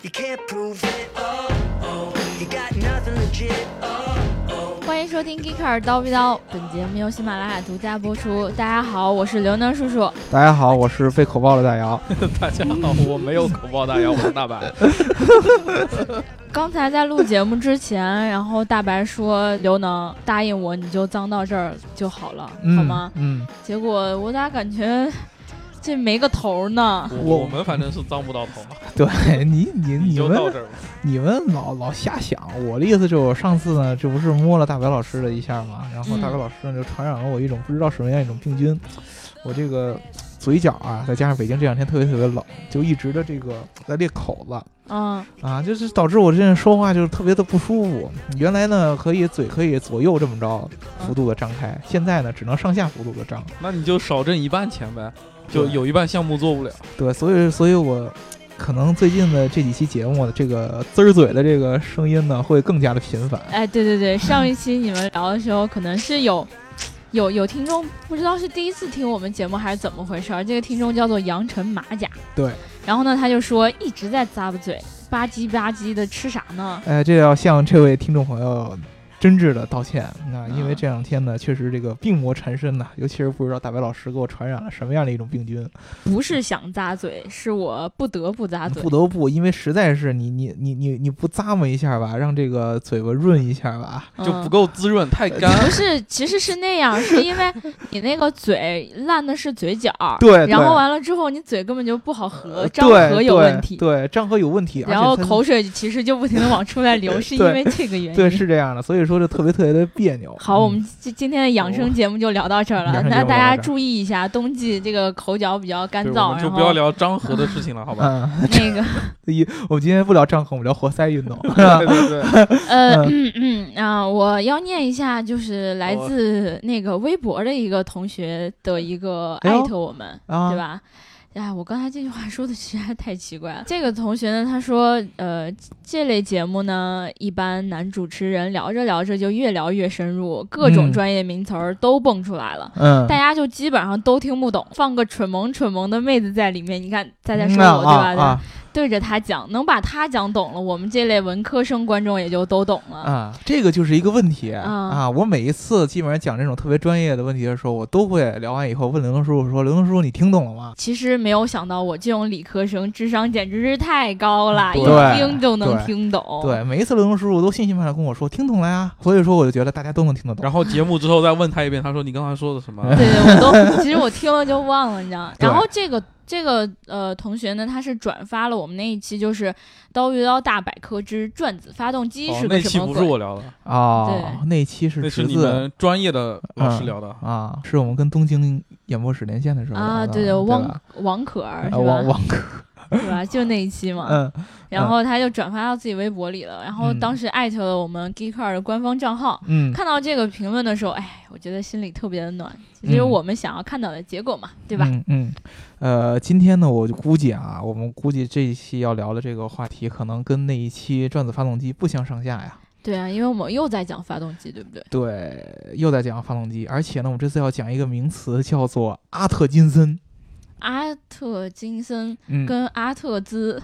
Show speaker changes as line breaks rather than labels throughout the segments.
You can't prove it. Oh, oh. You got nothing legit. Oh, oh.
欢迎收听《Geeker 叨逼叨》，本节目由喜马拉雅独家播出。大家好，我是刘能叔叔。
大家好，我是被口爆的大姚。
大家好，我没有口爆大姚，我是大 白。
刚才在录节目之前，然后大白说：“刘能答应我，你就脏到这儿就好了，好吗
嗯，？”
结果我咋感觉这没个头呢？
我
我
我们反正是脏不到头，
对你 你
你
你
就到
们
这儿吧。
你们老老瞎想。我的意思就是，我上次呢，这不是摸了大白老师的一下嘛，然后
嗯
大白老师呢就传染了我一种不知道什么样一种病菌，我这个嘴角啊，再加上北京这两天特别特别冷，就一直的这个在裂口子。
嗯
啊，就是导致我这人说话就是特别的不舒服。原来呢，可以嘴可以左右这么着幅度的张开，现在呢，只能上下幅度的张。
那你就少挣一半钱呗，就
对
有一半项目做不了。
对，所以所以我可能最近的这几期节目的这个滋儿嘴的这个声音呢，会更加的频繁。
哎，对对对，上一期你们聊的时候，可能是有有有听众不知道是第一次听我们节目还是怎么回事儿。这个听众叫做杨晨马甲，
对，
然后呢，他就说一直在咂巴嘴，吧唧吧唧的吃啥呢？
哎，这要向这位听众朋友。真挚的道歉啊！因为
啊
这两天呢，确实这个病魔缠身呐、尤其是不知道大白老师给我传染了什么样的一种病菌，
不是想咂嘴，是我不得不咂嘴
不。得不，因为实在是你你你你你不咂摸一下吧，让这个嘴巴润一下吧，
嗯
就不够滋润，太干。
不是，其实是那 样，是因为你那个嘴烂的是嘴角，
对
然后
对
完了之后你嘴根本就不好合，
呃
张
对
合有
对
问题，
对，张合有问题，而
然
且
后
它
口水其实就不停的往出来 流，是因
对
为这个原
对
因。
是这样的，所以说就特别特别的别扭。
好，我们
嗯
今今天的养生节目就聊到这
哦
儿了，
养生节
那
目
大
聊
家
到这儿
注意一下，冬季这个口角比较
呃
干
对，我
燥，
们就
然
不要
后
聊张合的事情了，好吧？
嗯，
那个
一我们今天不聊张合，我们聊活塞运动。
对对对，
呃嗯嗯啊，我要念一下，就是来自那个微博的一个同学的一个
哎
艾
呦
特我们，
啊
对吧？哎，我刚才这句话说的实在太奇怪了。这个同学呢，他说，呃，这类节目呢，一般男主持人聊着聊着就越聊越深入，各种
嗯
专业名词儿都蹦出来了。
嗯
大，家就基本上都听不懂，放个蠢萌蠢萌的妹子在里面，你看大家说
嗯啊
我对吧？
啊啊
对着他讲，能把他讲懂了，我们这类文科生观众也就都懂了。
啊，这个就是一个问题
啊
啊！我每一次基本上讲这种特别专业的问题的时候，我都会聊完以后问刘能叔叔说：“刘能叔叔，你听懂了吗
其实没有想到，我这种理科生智商简直是太高了，
对
一听就能
对
听懂？”。，
对，每一次刘能叔叔都信心满满地跟我说听懂了呀，所以说我就觉得大家都能听得懂。
然后节目之后再问他一遍，他说你刚才说的什么？哦
对对，我都 其实我听了就忘了，你知道。
对
然后这个这个呃同学呢，他是转发了我们那一期，就是《刀与刀大百科之转子发动机
哦
是
那
个
期
什么
不
鬼》
是我聊的，
哦，那期是
那是
侄
你
子
们专业的老师聊的。
啊，是我们跟东京演播室连线的时候
啊，
聊的
对对，
嗯吧
王王可儿
啊
是吧
王？王哥，
对吧？就那一期嘛。
嗯，
然后他就转发到自己微博里了，然后
嗯
当时艾特了我们 Geeker 的官方账号。
嗯，
看到这个评论的时候，哎，我觉得心里特别的暖，这就是
嗯
我们想要看到的结果嘛，对吧？
嗯嗯，呃，今天呢，我就估计啊，我们估计这一期要聊的这个话题，可能跟那一期转子发动机不相上下呀。
对啊，因为我们又在讲发动机，对不对？
对，又在讲发动机，而且呢，我们这次要讲一个名词，叫做阿特金森。
阿特金森
嗯，
跟阿特兹，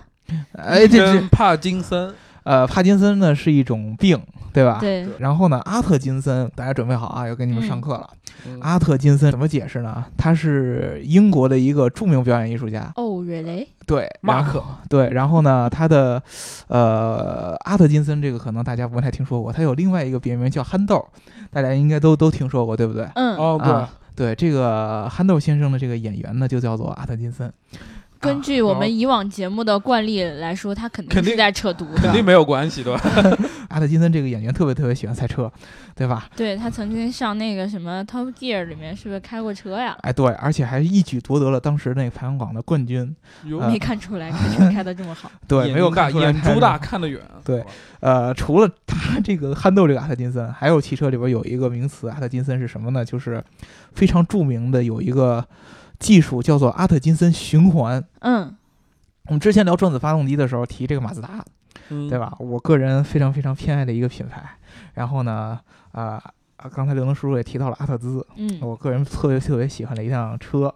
哎，这
跟
这
帕金森，
呃，帕金森呢是一种病，对吧？。
对，
然后呢，阿特金森，大家准备好啊，要给你们上
嗯
课了。
嗯
阿特金森怎么解释呢？他是英国的一个著名表演艺术家，
哦，瑞雷，
对，
马
然后
克，
对，然后呢，他的呃阿特金森这个可能大家不太听说过，他有另外一个别名叫憨豆，大家应该都都听说过，对不对？
嗯，
哦，对
啊，对，这个憨豆先生的这个演员呢，就叫做阿特金森。
根
啊
据我
好
们以往节目的惯例来说，他肯定
肯
是
定
在扯犊
肯
子
定，没有关系，对吧？
阿特金森这个演员特别特别喜欢赛车，对吧？
对他曾经上那个什么 Top Gear 里面是不是开过车呀？
哎，对，而且还一举夺得了当时那个排行榜的冠军。
哟
啊
没看出来，开车开的这么好，
对，
眼
没有
睛大，
看出来
眼
太
珠
厉
大，
害。
看得远。
对
好吧，
呃，除了他这个憨豆这个阿特金森，还有汽车里边有一个名词，阿特金森是什么呢？就是非常著名的有一个技术叫做阿特金森循环。
嗯，
我们之前聊转子发动机的时候提这个马自达，
嗯
对吧？我个人非常非常偏爱的一个品牌。然后呢，啊、啊刚才刘能叔叔也提到了阿特兹，
嗯，
我个人特别特别喜欢的一辆车。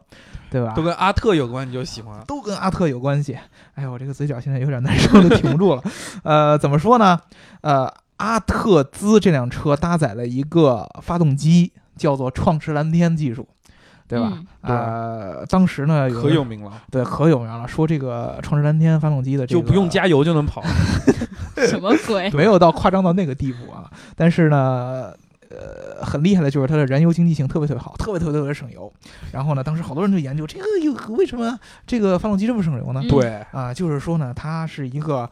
对吧
都？跟阿特有关，你就喜欢。
都跟阿特有关系。哎呦，我这个嘴角现在有点难受，都停不 住了。呃，怎么说呢？呃，阿特兹这辆车搭载了一个发动机，叫做创驰蓝天技术，对吧？
嗯
呃，当时呢，有
可
人
有名了，
对可有名了，说这个创驰蓝天发动机的、这
就
个、
不用加油就能跑。
嗯 什么鬼？
没有到夸张到那个地步啊。但是呢，呃，很厉害的就是它的燃油经济性特别特别好，特别特别特别省油。然后呢，当时好多人就研究这个有为什么这个发动机这么省油呢？
嗯
对，
啊，就是说呢，它是一个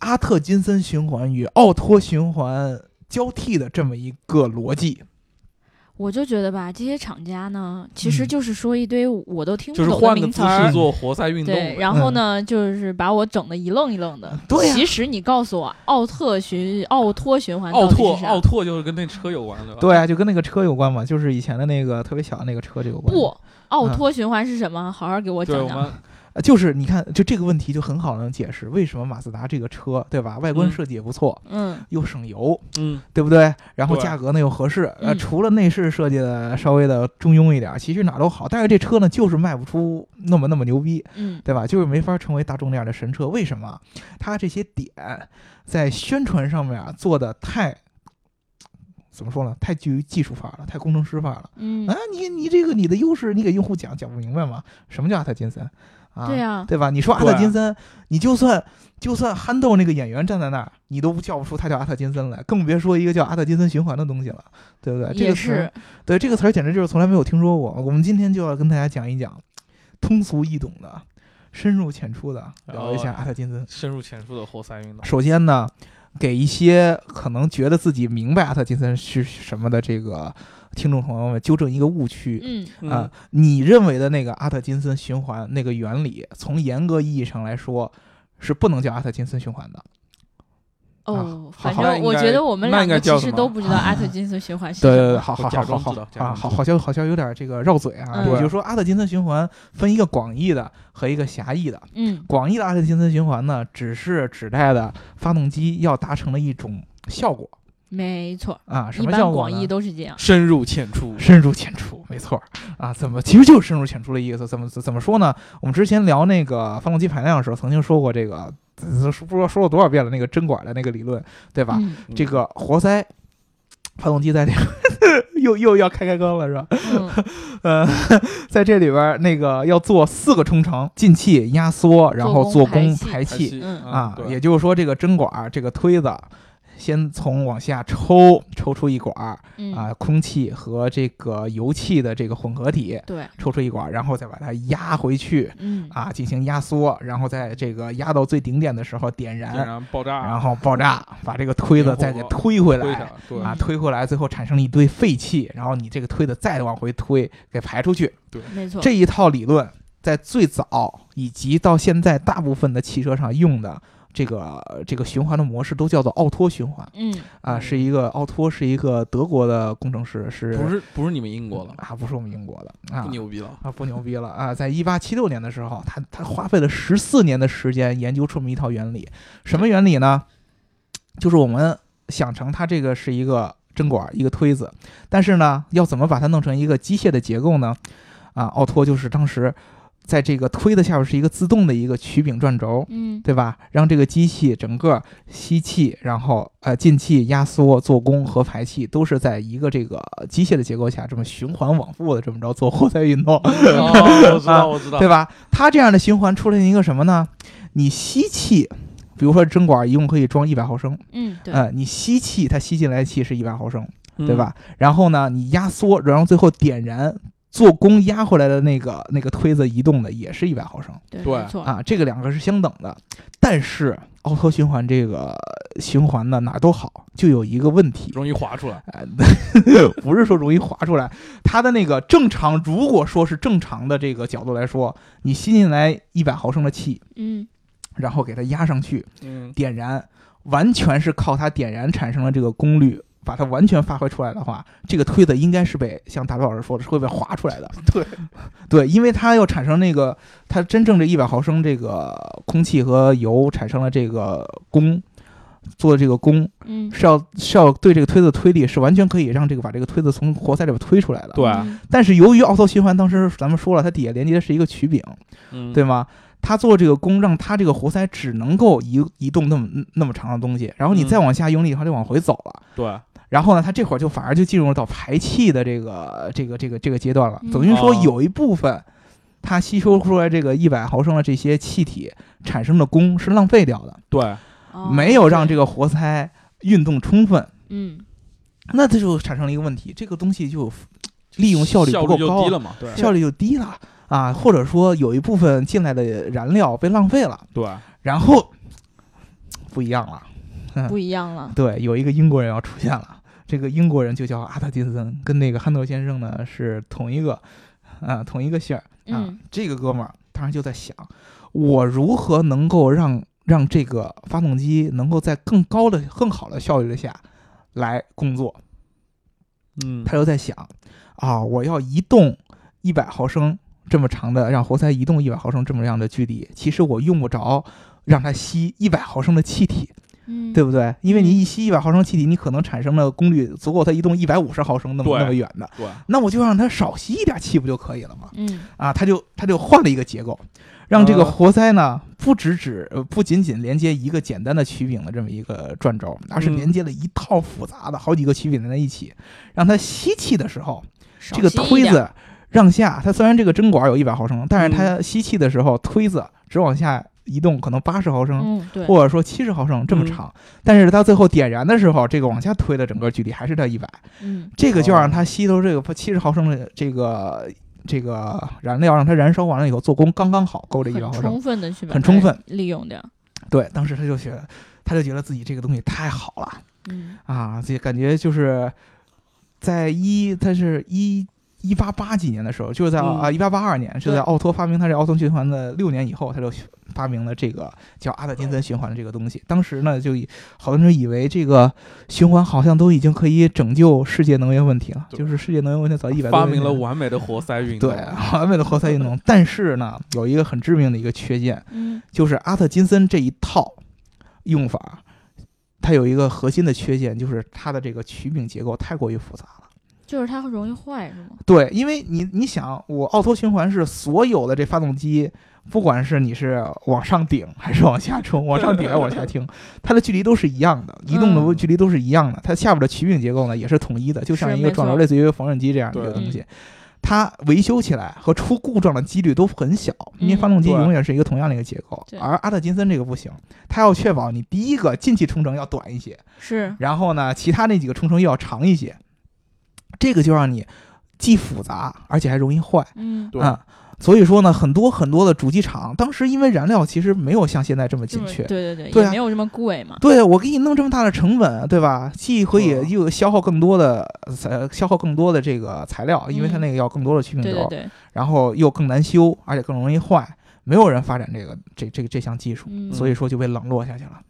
阿特金森循环与奥托循环交替的这么一个逻辑。
我就觉得吧，这些厂家呢，其实
嗯
就是说一堆我都听不
就是
懂的
换个
名
姿
词
势
儿。
做活塞运动嗯
对，
呗。
然后呢，就是把我整的一愣一愣的。
对呀
其实你告诉我，奥特循奥托循环
奥
到底
拓
是，啥
奥拓就是跟那车有关的吧？
对啊，就跟那个车有关嘛，就是以前的那个特别小的那个车就有关。
不，奥托循环是什么？好好给我
嗯对，
讲
我
讲。
们
呃，就是你看，就这个问题就很好能解释为什么马自达这个车，对吧？外观
嗯
设计也不错，
嗯，
又省油，
嗯，
对不对？然后
对
价格呢又合适，呃，
嗯
除了内饰设计的稍微的中庸一点，其实哪都好。但是这车呢，就是卖不出那么那么牛逼，
嗯，
对吧？就是没法成为大众那样的神车。为什么？它这些点在宣传上面啊做的太。怎么说呢？太具技术化了，太工程师化了。
嗯
哎
啊，你你这个你的优势，你给用户讲讲不明白吗？什么叫阿特金森？啊，
对呀
对吧？你说阿特
对
金森，你就算就算憨豆那个演员站在那儿，你都叫不出他叫阿特金森来，更别说一个叫阿特金森循环的东西了，对不对？这
也
个词儿
是，
对这个词儿简直就是从来没有听说过。我们今天就要跟大家讲一讲通俗易懂的、深入浅出的聊一下
哦
阿特金森。
深入浅出的活塞运动。
首先呢，给一些可能觉得自己明白阿特金森是什么的这个听众朋友们纠正一个误区。
嗯，
啊、你认为的那个阿特金森循环那个原理，从严格意义上来说是不能叫阿特金森循环的。
哦，
好
反
啊好那
正
应
我
该
觉得我们
那
两
应该
个
叫
其实
什么啊
都不知道阿特金森循环 是什
对
么。
对对，好好
假
好
装
好
知道假
好啊，好
装知
好像好像有点这个绕嘴啊。
嗯
也就是说，阿特金森循环分一个广义的和一个狭义的。
嗯
广义的阿特金森循环呢，只是指代的发动机要达成的一种效果
没错，
啊。什
一
么
般
效果
广
呢？
义都是这样。
深入浅出，
深入浅出，没错儿啊。怎么其实就是深入浅出的意思？怎么怎么说呢？我们之前聊那个发动机排量的时候，曾经说过这个，呃说不知道说了多少遍了，那个针管的那个理论，对吧？
嗯
这个活塞。发动机在这个 又又要开开缸了是吧？
嗯，
呃，在这里边儿那个要做四个冲程：进气、压缩，然后做
做
工
工、
排
排
气。
嗯
啊，
对
也就是说这个针管儿这个推子，先从往下抽，抽出一管儿
嗯
啊，空气和这个油气的这个混合体，
对，
抽出一管儿，然后再把它压回去
嗯
啊，进行压缩，然后在这个压到最顶点的时候点燃，
点燃爆啊炸，
然后爆炸，把这个推子再给推回
推
来。
上，对
啊，推回来，最后产生了一堆废气，然后你这个推子再往回推，给排出去。
没错，
这一套理论在最早以及到现在大部分的汽车上用的这个这个循环的模式都叫做奥托循环
嗯
啊，
嗯
是一个奥托是一个德国的工程师，是
不是不是你们英国了，
啊？不是我们英国的啊
不。牛逼了，
啊，不牛逼了啊！在一八七六年的时候，他他花费了十四年的时间研究出这么一套原理。什么原理呢？就是我们想成它这个是一个针管，一个推子，但是呢，要怎么把它弄成一个机械的结构呢？啊，奥托就是当时在这个推的下边是一个自动的一个曲柄转轴，
嗯
对吧？让这个机器整个吸气，然后呃进气、压缩、做工和排气都是在一个这个机械的结构下这么循环往复的这么着做活塞运动，
哦，我知
啊
道，我知道
对，吧？它这样的循环出现一个什么呢？你吸气，比如说针管一共可以装一百毫升，
嗯对，
呃，你吸气，它吸进来的气是一百毫升，
嗯
对？吧？然后呢，你压缩，然后最后点燃。做工压回来的那个那个推子移动的也是一百毫升
对
对
没错，
啊，这个两个是相等的，但是奥托循环这个循环呢哪儿都好，就有一个问题，
容易滑出来，
呃， 不是说容易滑出来，它的那个正常，如果说是正常的这个角度来说，你吸进来一百毫升的气，
嗯
然后给它压上去，
嗯，
点燃，完全是靠它点燃产生了这个功率，把它完全发挥出来的话，这个推子应该是被像大刘老师说的是会被划出来的。
对，
对，因为它要产生那个，它真正这一百毫升这个空气和油产生了这个功，做的这个功
嗯，
是要是要对这个推子的推力是完全可以让这个把这个推子从活塞里边推出来的。
对
嗯，
但是由于奥托循环，当时咱们说了，它底下连接的是一个曲柄，
嗯，
对吗？它做这个弓，让它这个活塞只能够移移动那么那么长的东西，然后你
嗯
再往下用力的话，就往回走了。
对，
然后呢，它这会儿就反而就进入到排气的这个这个这个这个阶段了
嗯。
等于说
哦
有一部分，它吸收出来这个一百毫升的这些气体产生的功是浪费掉的，
对，
哦
没有让这
对
个活塞运动充分，
嗯
那这就产生了一个问题，这个东西就利用效率
效
不够
率就
高
低，了嘛，对
效率就低了啊，或者说有一部分进来的燃料被浪费了，
对，
然后不一样了。
不一样了，
对，有一个英国人要出现了，这个英国人就叫阿特金森，跟那个汉诺先生呢是同一个，啊、同一个姓儿啊。
嗯
这个哥们儿当时就在想，我如何能够让让这个发动机能够在更高的、更好的效率的下来工作？
嗯
他，就在想，啊，我要移动一百毫升这么长的，让活塞移动一百毫升这么样的距离，其实我用不着让它吸一百毫升的气体。
嗯，
对不对？因为你一吸一百毫升气体，你可能产生的功率足够它移动一百五十毫升那么
对
那么远的，
对，
那我就让它少吸一点气不就可以了吗？
嗯
啊，他就他就换了一个结构，让这个
呃
活塞呢不只只呃不仅仅连接一个简单的曲柄的这么一个转轴，而是
嗯
连接了一套复杂的好几个曲柄连在一起，让它吸气的时候，
少
这个
吸一
推
点
子让下，它虽然这个针管有一百毫升，但是
嗯
它吸气的时候推子只往下移动可能八十毫升，
嗯对，
或者说七十毫升这么
嗯
长，但是它最后点燃的时候，这个往下推的整个距离还是到一百，
嗯
这个就让它吸收这个七十毫升的这个这个燃料，让它燃烧完了以后做工刚刚好够这一百
很
毫升。
充分的去把
很
它
充分
利用掉，
对，当时他就觉得，他就觉得自己这个东西太好了
嗯
啊，自己感觉就是在一，他是一。一八八几年的时候，就是在
嗯
啊一八八二年，就在
对
奥托发明他这奥托循环的六年以后，他就发明了这个叫阿特金森循环的这个东西。当时呢，就以好多人就以为这个循环好像都已经可以拯救世界能源问题了，
对
就是世界能源问题早一百
发明了完美的活塞运动，
对 完美的活塞运动。但是呢，有一个很致命的一个缺陷，
嗯
就是阿特金森这一套用法，它有一个核心的缺陷，就是它的这个曲柄结构太过于复杂了。
就是它会容易坏是吗？
对，因为你你想，我奥托循环是所有的这发动机，不管是你是往上顶还是往下冲，往上顶还是往下冲，它的距离都是一样的，移动的
嗯
距离都是一样的，它下边的曲柄结构呢也是统一的，就像
是
一个
没
转轴，
错
类似于缝纫机这样的一个
对
东西。它维修起来和出故障的几率都很小，因为发动机
嗯对
永远是一个同样的一个结构
对。
而阿特金森这个不行，它要确保你第一个进气冲程要短一些，
是，
然后呢，其他那几个冲程又要长一些，这个就让你既复杂，而且还容易坏
嗯，
对
啊、所以说呢，很多很多的主机厂当时因为燃料其实没有像现在这么紧
就是
缺。
对对对，
对
也
啊
没有这么贵嘛，
对我给你弄这么大的成本，对吧？既可以
嗯
又消耗更多的呃消耗更多的这个材料，因为它那个要更多的曲柄轴，
嗯对对对，
然后又更难修，而且更容易坏，没有人发展这个这这这项技术。
嗯，
所以说就被冷落下去了。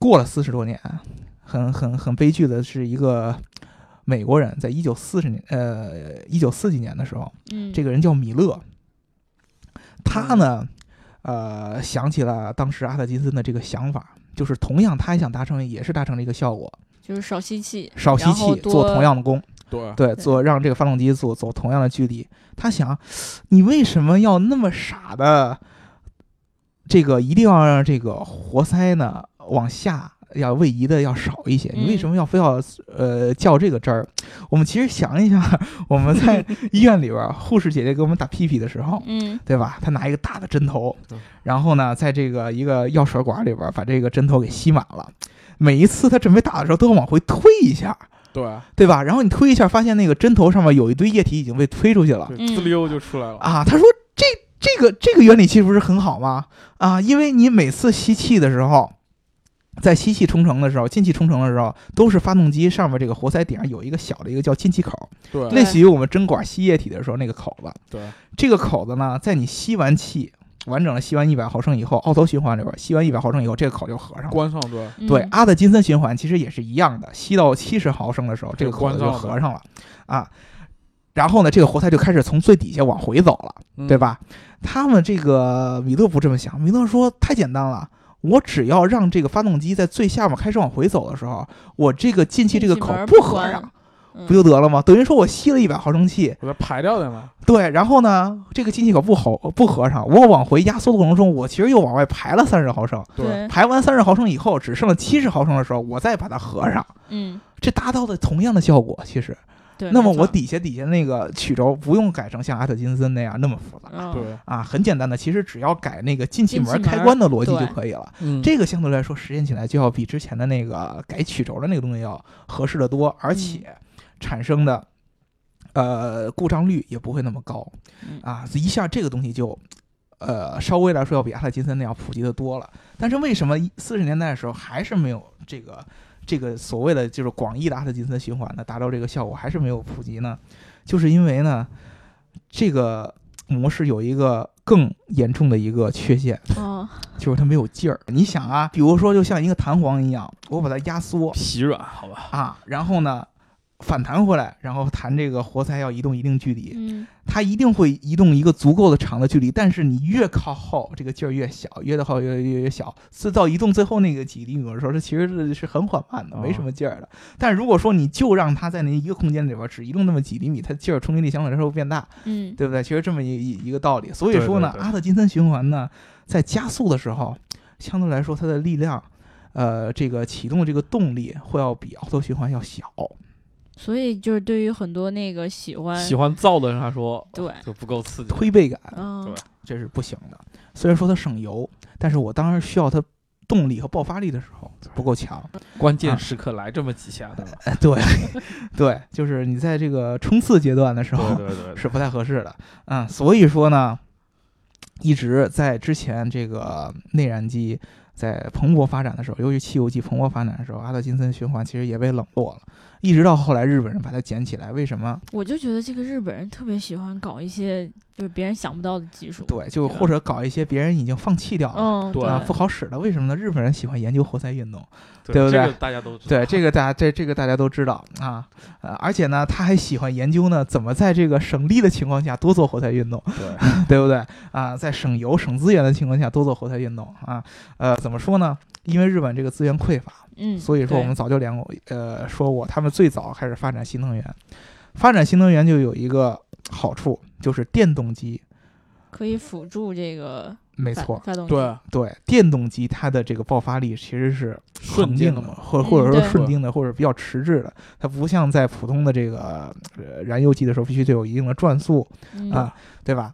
过了四十多年，很很很悲剧的是，一个美国人在一九四十年，呃，一九四几年的时候，
嗯
这个人叫米勒，他呢，
嗯
呃，想起了当时阿特金森的这个想法。就是同样，他也想达成，也是达成了一个效果，
就是少吸气，
少吸
然后
气，做
多
同样的功，
对
对，做让这个发动机做走同样的距离。他想，你为什么要那么傻的，这个一定要让这个活塞呢往下要位移的要少一些？你为
嗯
什么要非要呃较这个真儿？我们其实想一想，我们在医院里边儿，护士姐姐给我们打屁屁的时候。
嗯
对吧？她拿一个大的针头
嗯，
然后呢，在这个一个药水管里边儿把这个针头给吸满了。每一次她准备打的时候，都要往回推一下，
对
对吧？然后你推一下，发现那个针头上面有一堆液体已经被推出去了
对，
嗯
滋溜就出来了，
啊！他说这这个这个原理其实不是很好吗？啊，因为你每次吸气的时候，在吸气冲程的时候、进气冲程的时候，都是发动机上面这个活塞顶上有一个小的一个叫进气口，
对
类似于我们针管吸液体的时候那个口子。
对
这个口子呢，在你吸完气。完整的吸完一百毫升以后，奥头循环里边吸完一百毫升以后，这个口就合上了。
关上对，
对，啊
嗯
阿特金森循环其实也是一样的，吸到七十毫升的时候，这个
就
口
关
子就
上了
合上了啊。然后呢，这个活塞就开始从最底下往回走了，
嗯
对吧？他们这个米勒不这么想，米勒说太简单了，我只要让这个发动机在最下面开始往回走的时候，我这个进气这个口
进气门
不
不
合
关
上，
嗯
不就得了吗？等于说我吸了一百毫升气，
我再排掉在那。
对，然后呢，这个进气口不合不合上，我往回压缩的过程中，我其实又往外排了三十毫升，
对，
排完三十毫升以后，只剩了七十毫升的时候，我再把它合上，
嗯，
这达到了同样的效果。其实，
对。
那么
没错
我底下底下那个曲轴不用改成像阿特金森那样那么复杂
嗯
对，
啊，很简单的，其实只要改那个进气
进气
门
门
开关的逻辑
对
就可以了。
嗯
这个相对来说实现起来就要比之前的那个改曲轴的那个东西要合适的多，而且
嗯
产生的呃故障率也不会那么高
嗯
啊，一下这个东西就。呃，稍微来说要比阿特金森那样普及的多了，但是为什么四十年代的时候还是没有这个这个所谓的就是广义的阿特金森循环呢，达到这个效果还是没有普及呢？就是因为呢，这个模式有一个更严重的一个缺陷，
哦，
就是它没有劲儿。你想啊，比如说就像一个弹簧一样，我把它压缩
疲软，好吧，
啊，然后呢反弹回来，然后弹这个活塞要移动一定距离，
嗯，
它一定会移动一个足够的长的距离。但是你越靠后，这个劲儿越小，越到后越越越小，是到移动最后那个几厘米的时候，它其实是是很缓慢的，
哦
没什么劲儿的。但如果说你就让它在那一个空间里边儿只移动那么几厘米，它劲儿冲击力相对来说会变大。
嗯，
对不对？其实这么一一一个道理。所以说呢，
对对对
阿特金森循环呢，在加速的时候，相对来说它的力量，呃，这个启动的这个动力会要比奥托循环要小。
所以就是对于很多那个喜欢
喜欢造的人来说，
哎 对，
就不够刺激。
推背感
嗯
对，
这是不行的。虽然说它省油，但是我当然需要它动力和爆发力的时候不够强。
关键时刻来这么几下，对吧？
哎，对， 对，就是你在这个冲刺阶段的时候，
对对对，
是不太合适的。嗯，所以说呢，一直在之前这个内燃机在蓬勃发展的时候，由于汽油机蓬勃发展的时候，阿特金森循环其实也被冷落了。一直到后来日本人把它捡起来，为什么？
我就觉得这个日本人特别喜欢搞一些就是别人想不到的技术，
对，就或者搞一些别人已经放弃掉了。
嗯，
对
啊，不好使了。为什么呢？日本人喜欢研究活塞运动，对
这
不对
个大家都知道
对这个大家这这个大家都知道啊，呃，而且呢，他还喜欢研究呢，怎么在这个省力的情况下多做活塞运动。
对，
对不对啊？在省油省资源的情况下，多做活塞运动啊。呃，怎么说呢？因为日本这个资源匮乏，
嗯，
所以说
对
我们早就聊过，呃，说过他们最早开始发展新能源，发展新能源就有一个好处，就是电动机。
可以辅助这个
没
发
错，
发动机，
对，
对，电动机它的这个爆发力其实是
瞬
恒
间
定
的
的
嘛，
或
嗯
或者说
对
是顺定的，或者比较迟滞的，它不像在普通的这个呃燃油机的时候必须得有一定的转速，
嗯
啊，对吧？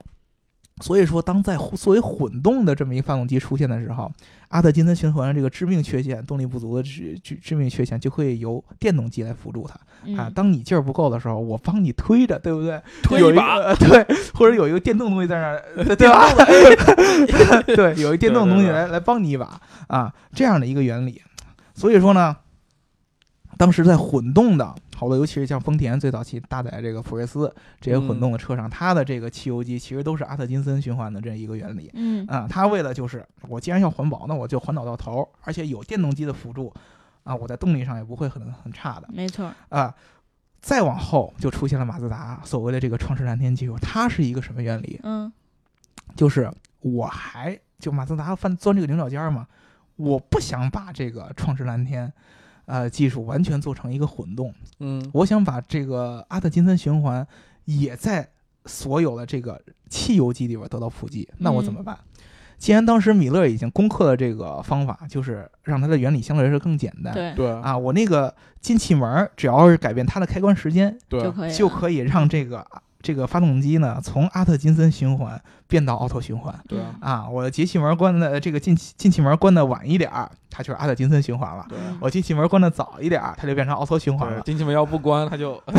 所以说，当在混作为混动的这么一发动机出现的时候，阿特金森循环这个致命缺陷，动力不足的致致致命缺陷，就会由电动机来辅助它啊。
嗯，
当你劲儿不够的时候，我帮你推着，对不对？
推
有
一
一
把
个呃对，或者有一个电动东西在那儿，呃对吧？ 对，有一个电动东西
对对对
来来帮你一把啊，这样的一个原理。所以说呢，当时在混动的好多，尤其是像丰田最早期搭载这个普锐斯这些
嗯
混动的车上，它的这个汽油机其实都是阿特金森循环的这一个原理。
嗯，
啊，它为了就是我既然要环保，那我就环保到头儿，而且有电动机的辅助，啊，我在动力上也不会很很差的。
没错，
啊。再往后就出现了马自达所谓的这个创世蓝天技术，它是一个什么原理？
嗯，
就是我还就马自达翻钻这个牛角尖儿嘛，我不想把这个创世蓝天，呃，技术完全做成一个混动，
嗯，
我想把这个阿特金森循环也在所有的这个汽油机里边得到普及，那我怎么办？既然当时米勒已经攻克了这个方法，就是让它的原理相对来说更简单，
对，
对
啊，我那个进气门儿只要是改变它的开关时间，
就
对，
可以了
啊就可以让这个这个发动机呢从阿特金森循环变到奥托循环
对啊
嗯
啊。我节气门关的这个进气进气门关的晚一点儿，它就是阿特金森循环了；
对
嗯
我进气门关的早一点儿，它就变成奥托循环
对，
了。
进气门要不关，他就出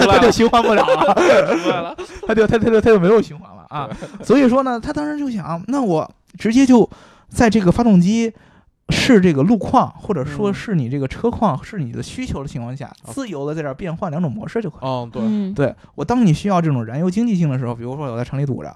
来
它就
了，
循环不了了，
出来了，
它就它它就它就没有循环了啊！所以说呢，他当时就想，那我直接就在这个发动机是这个路况，或者说
嗯
是你这个车况，是你的需求的情况下，自由的在这儿变换两种模式就可以了。
嗯，对，
嗯，
对我，当你需要这种燃油经济性的时候，比如说我在城里堵着，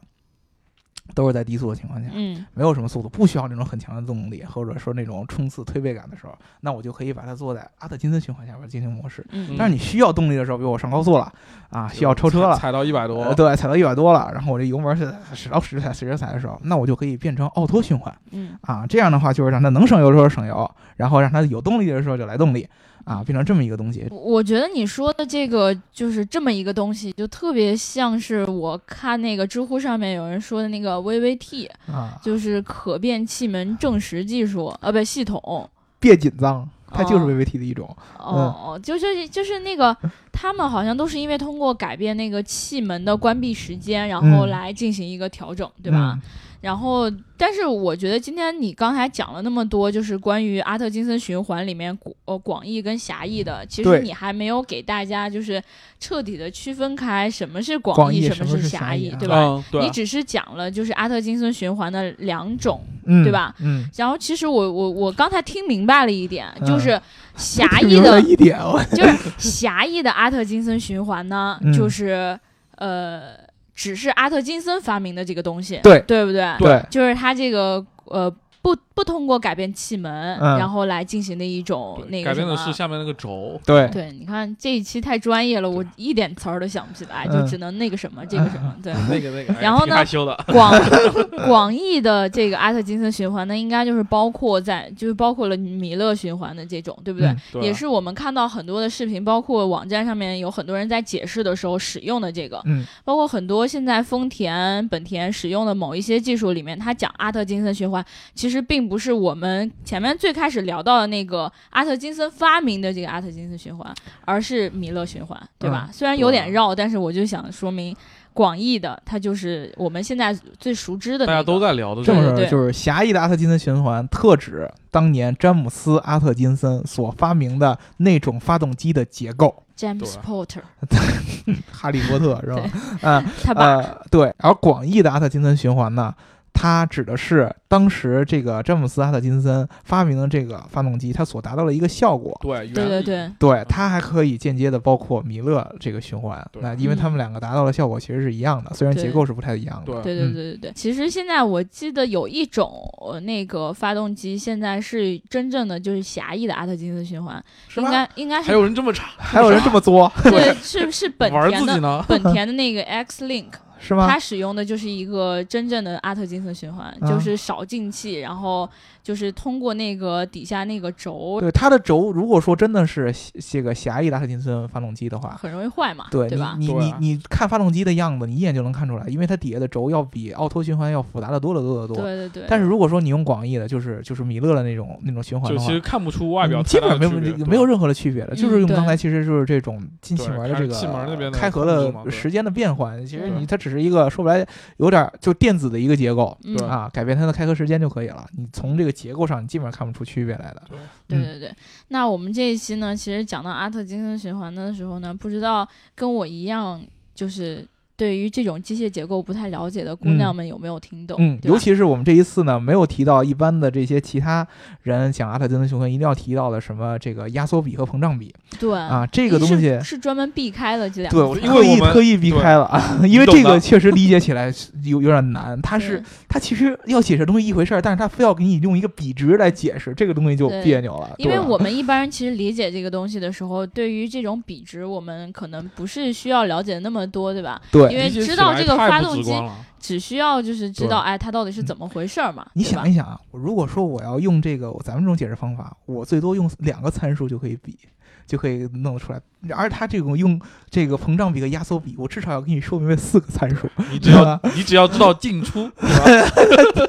都是在低速的情况下，
嗯
没有什么速度，不需要那种很强的动力，或者说那种冲刺推背感的时候，那我就可以把它做在阿特金森循环下边进行模式。
嗯，
但是你需要动力的时候，比如我上高速了啊，需要超车了，
踩到一百多
呃，对，踩到一百多了，然后我这油门是使到使着踩使着踩的时候，那我就可以变成奥托循环
嗯
啊。这样的话，就是让它能省油的时候省油，然后让它有动力的时候就来动力啊，变成这么一个东西。
我我觉得你说的这个就是这么一个东西，就特别像是我看那个知乎上面有人说的那个 VVT，
啊，
就是可变气门正时技术，呃，不，系统。
别紧张，它就是
哦
VVT 的一种。
哦，哦，就是就是那 个，他们好像都是因为通过改变那个气门的关闭时间，然后
嗯
来进行一个调整，对吧？然后，但是我觉得今天你刚才讲了那么多，就是关于阿特金森循环里面广呃广义跟狭义的，其实
对
你还没有给大家就是彻底的区分开什么是
广
广
义
义，
什
么
么是狭
狭
义
义，
啊
对吧？
嗯，对
你只是讲了就是阿特金森循环的两种，
嗯，嗯
对吧？
嗯，
然后其实我我我刚才听明白了一点，
嗯
就是 狭
挺
义
牛
的
一点，
哦
我
就是狭义的阿特金森循环呢，
嗯
就是呃，只是阿特金森发明的这个东西，
对
对不对？
对，
就是他这个呃，不不通过改变气门，
嗯
然后来进行的一种
对
那个
改变的
什
是
么啊
下面那个轴，
对，
对，你看这一期太专业了，我一点词儿都想不起来，就
嗯
只能那个什么，这个什么，对。
那个那 个，哎
然后
挺
呢
害羞的，
广 广义的这个阿特金森循环呢，应该就是包括在，就是包括了米勒循环的这种，对不对？
嗯
对啊
也是我们看到很多的视频，包括网站上面有很多人在解释的时候使用的这个，
嗯
包括很多现在丰田、本田使用的某一些技术里面，它讲阿特金森循环，其实并不是我们前面最开始聊到的那个阿特金森发明的这个阿特金森循环，而是米勒循环，对
嗯
吧？虽然有点绕，但是我就想说明广义的，它就是我们现在最熟知的、
大
那个。
家都在聊的
这么
个
对
说
对
就是狭义的阿特金森循环，特指当年詹姆斯·阿特金森所发明的那种发动机的结构。
James
对
Porter，
哈利 波特是吧？嗯
他
哎
把、
呃，对。而广义的阿特金森循环呢，它指的是当时这个詹姆斯·阿特金森发明的这个发动机，它所达到的一个效果。
对原
对对
理
对，
对，它还可以间接的包括米勒这个循环。
嗯对
那因为他们两个达到的效果其实是一样的，虽然
对
结构是不太一样的。
对
对对对对对，其实现在我记得有一种呃那个发动机，现在是真正的就是狭义的阿特金斯循环，
是
应
吗？
该应该
还
是
有人这么差，
还有人这么作
对是是本
玩
田
自己
的
呢？
本田的那个 X Link，
是吗？
它使用的就是一个真正的阿特金斯循环，
啊
就是少进气，然后就是通过那个底下那个轴
对它的轴，如果说真的是这个狭义的阿特金森发动机的话，
很容易坏嘛，
对
吧？
你
对
你
啊
你你看发动机的样子，你一眼就能看出来，因为它底下的轴要比奥托循环要复杂的多得多得多。
对对对，
但是如果说你用广义的，就是就是米勒的那种那种循环
就
的
其
话，
实看不出外表
嗯
太
基
大
本
的
没有
区别，
没有任何的区别了，就是
嗯
用刚
对
才其实就是这种进
对
气门的
开
这
始
个
气门那边的
开合
控制嘛
的
对
时间的变换，其实
对
你它只是一个说白了有点就电子的一个结构。
嗯
对
啊，改变它的开合时间就可以了。你从这个结构上，你基本上看不出区别来的。
对
嗯
对对，那我们这一期呢，其实讲到阿特金森循环的时候呢，不知道跟我一样，就是对于这种机械结构不太了解的姑娘们有没有听懂？
嗯，
对吧
尤其是我们这一次呢，没有提到一般的这些其他人讲阿特金森循环一定要提到的什么这个压缩比和膨胀比
对
啊，这个
你
东
是
西
是，专门避开了这两
对
个啊
我
因为
特意
我们
特意避开了啊，因为
你懂
这个
的
确实理解起来是有有点难，它是
对
它其实要解释东西一回事儿，但是它非要给你用一个比值来解释，这个东西就
对
别扭了。
因为
啊对吧
我们一般人其实理解这个东西的时候，对于这种比值，我们可能不是需要了解那么多，对吧？因
对，
为
理解
知
起
道
来
这个
太
发
不
动
直
机
观了
只需要就是知
对
道，哎，它到底是怎么回事儿嘛？
你
对吧
想一想啊，我如果说我要用这个咱们这种解释方法，我最多用两个参数就可以比，就可以弄得出来。而它这种用这个膨胀比和压缩比，我至少要给你说明白四个参 数。
你只要你只要知道进出，对吧？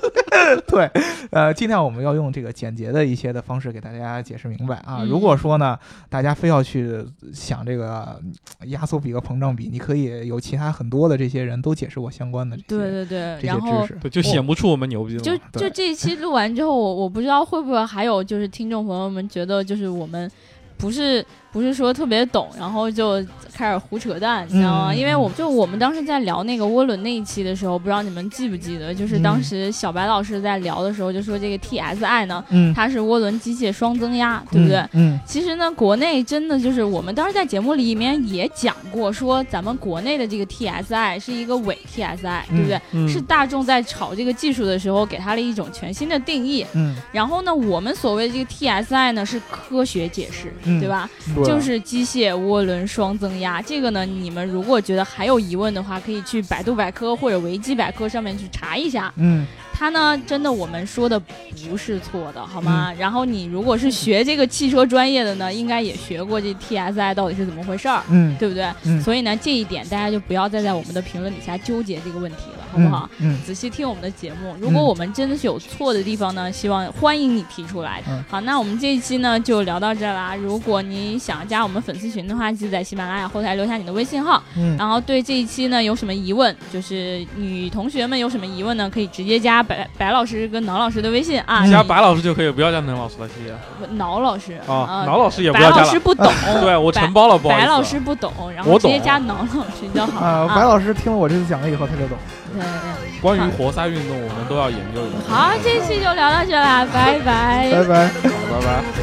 对，呃，尽量我们要用这个简洁的一些的方式给大家解释明白啊。
嗯
如果说呢，大家非要去想这个呃压缩比和膨胀比，你可以有其他很多的这些人都解识过相关的这些
对对对，
这
然
些
后
知识。
对，就显不出我们牛逼了。
就就
对
这一期录完之后，我我不知道会不会还有就是听众朋友们觉得就是我们不是不是说特别懂，然后就开始胡扯淡，你知道吗？
嗯
因为我就我们当时在聊那个涡轮那一期的时候，不知道你们记不记得，就是
嗯
当时小白老师在聊的时候就说这个 TSI 呢，
嗯，
它是涡轮机械双增压，对不对？
嗯？
其实呢，国内真的就是我们当时在节目里面也讲过，说咱们国内的这个 TSI 是一个伪 TSI，对不对？
嗯
是大众在炒这个技术的时候给它了一种全新的定义。
嗯
然后呢，我们所谓的这个 TSI 呢是科学解释，
嗯
对吧？
嗯，
就是机械涡轮双增压。这个呢，你们如果觉得还有疑问的话，可以去百度百科或者维基百科上面去查一下。
嗯
它呢，真的我们说的不是错的，好
嗯
吗？然后你如果是学这个汽车专业的呢，应该也学过这 TSI 到底是怎么回事儿，
嗯，
对不对？
嗯
所以呢，这一点大家就不要再在我们的评论底下纠结这个问题了，好不好？
嗯？
仔细听我们的节目，如果
嗯
我们真的是有错的地方呢，希望欢迎你提出来。
嗯
好，那我们这一期呢就聊到这儿啦。如果你想加我们粉丝群的话，记得在喜马拉雅后台留下你的微信号。
嗯嗯
然后对这一期呢有什么疑问，就是女同学们有什么疑问呢，可以直接加白白老师跟挠老师的微信啊。
加白老师就可以，不要加能老师了，谢谢。
挠老师
啊
啊，
挠老师 也不
白
要加
老师
了，
不懂，
对我
白
承包了，不好意
白
思。
老师不懂，然后
啊我
直接
懂
加挠老师就好了
啊，白老师听了我这次讲了以后，他就懂。
对对对。
关于活塞运动，我们都要研究一下。
好，这期就聊到这啦，拜拜
拜拜。
拜拜。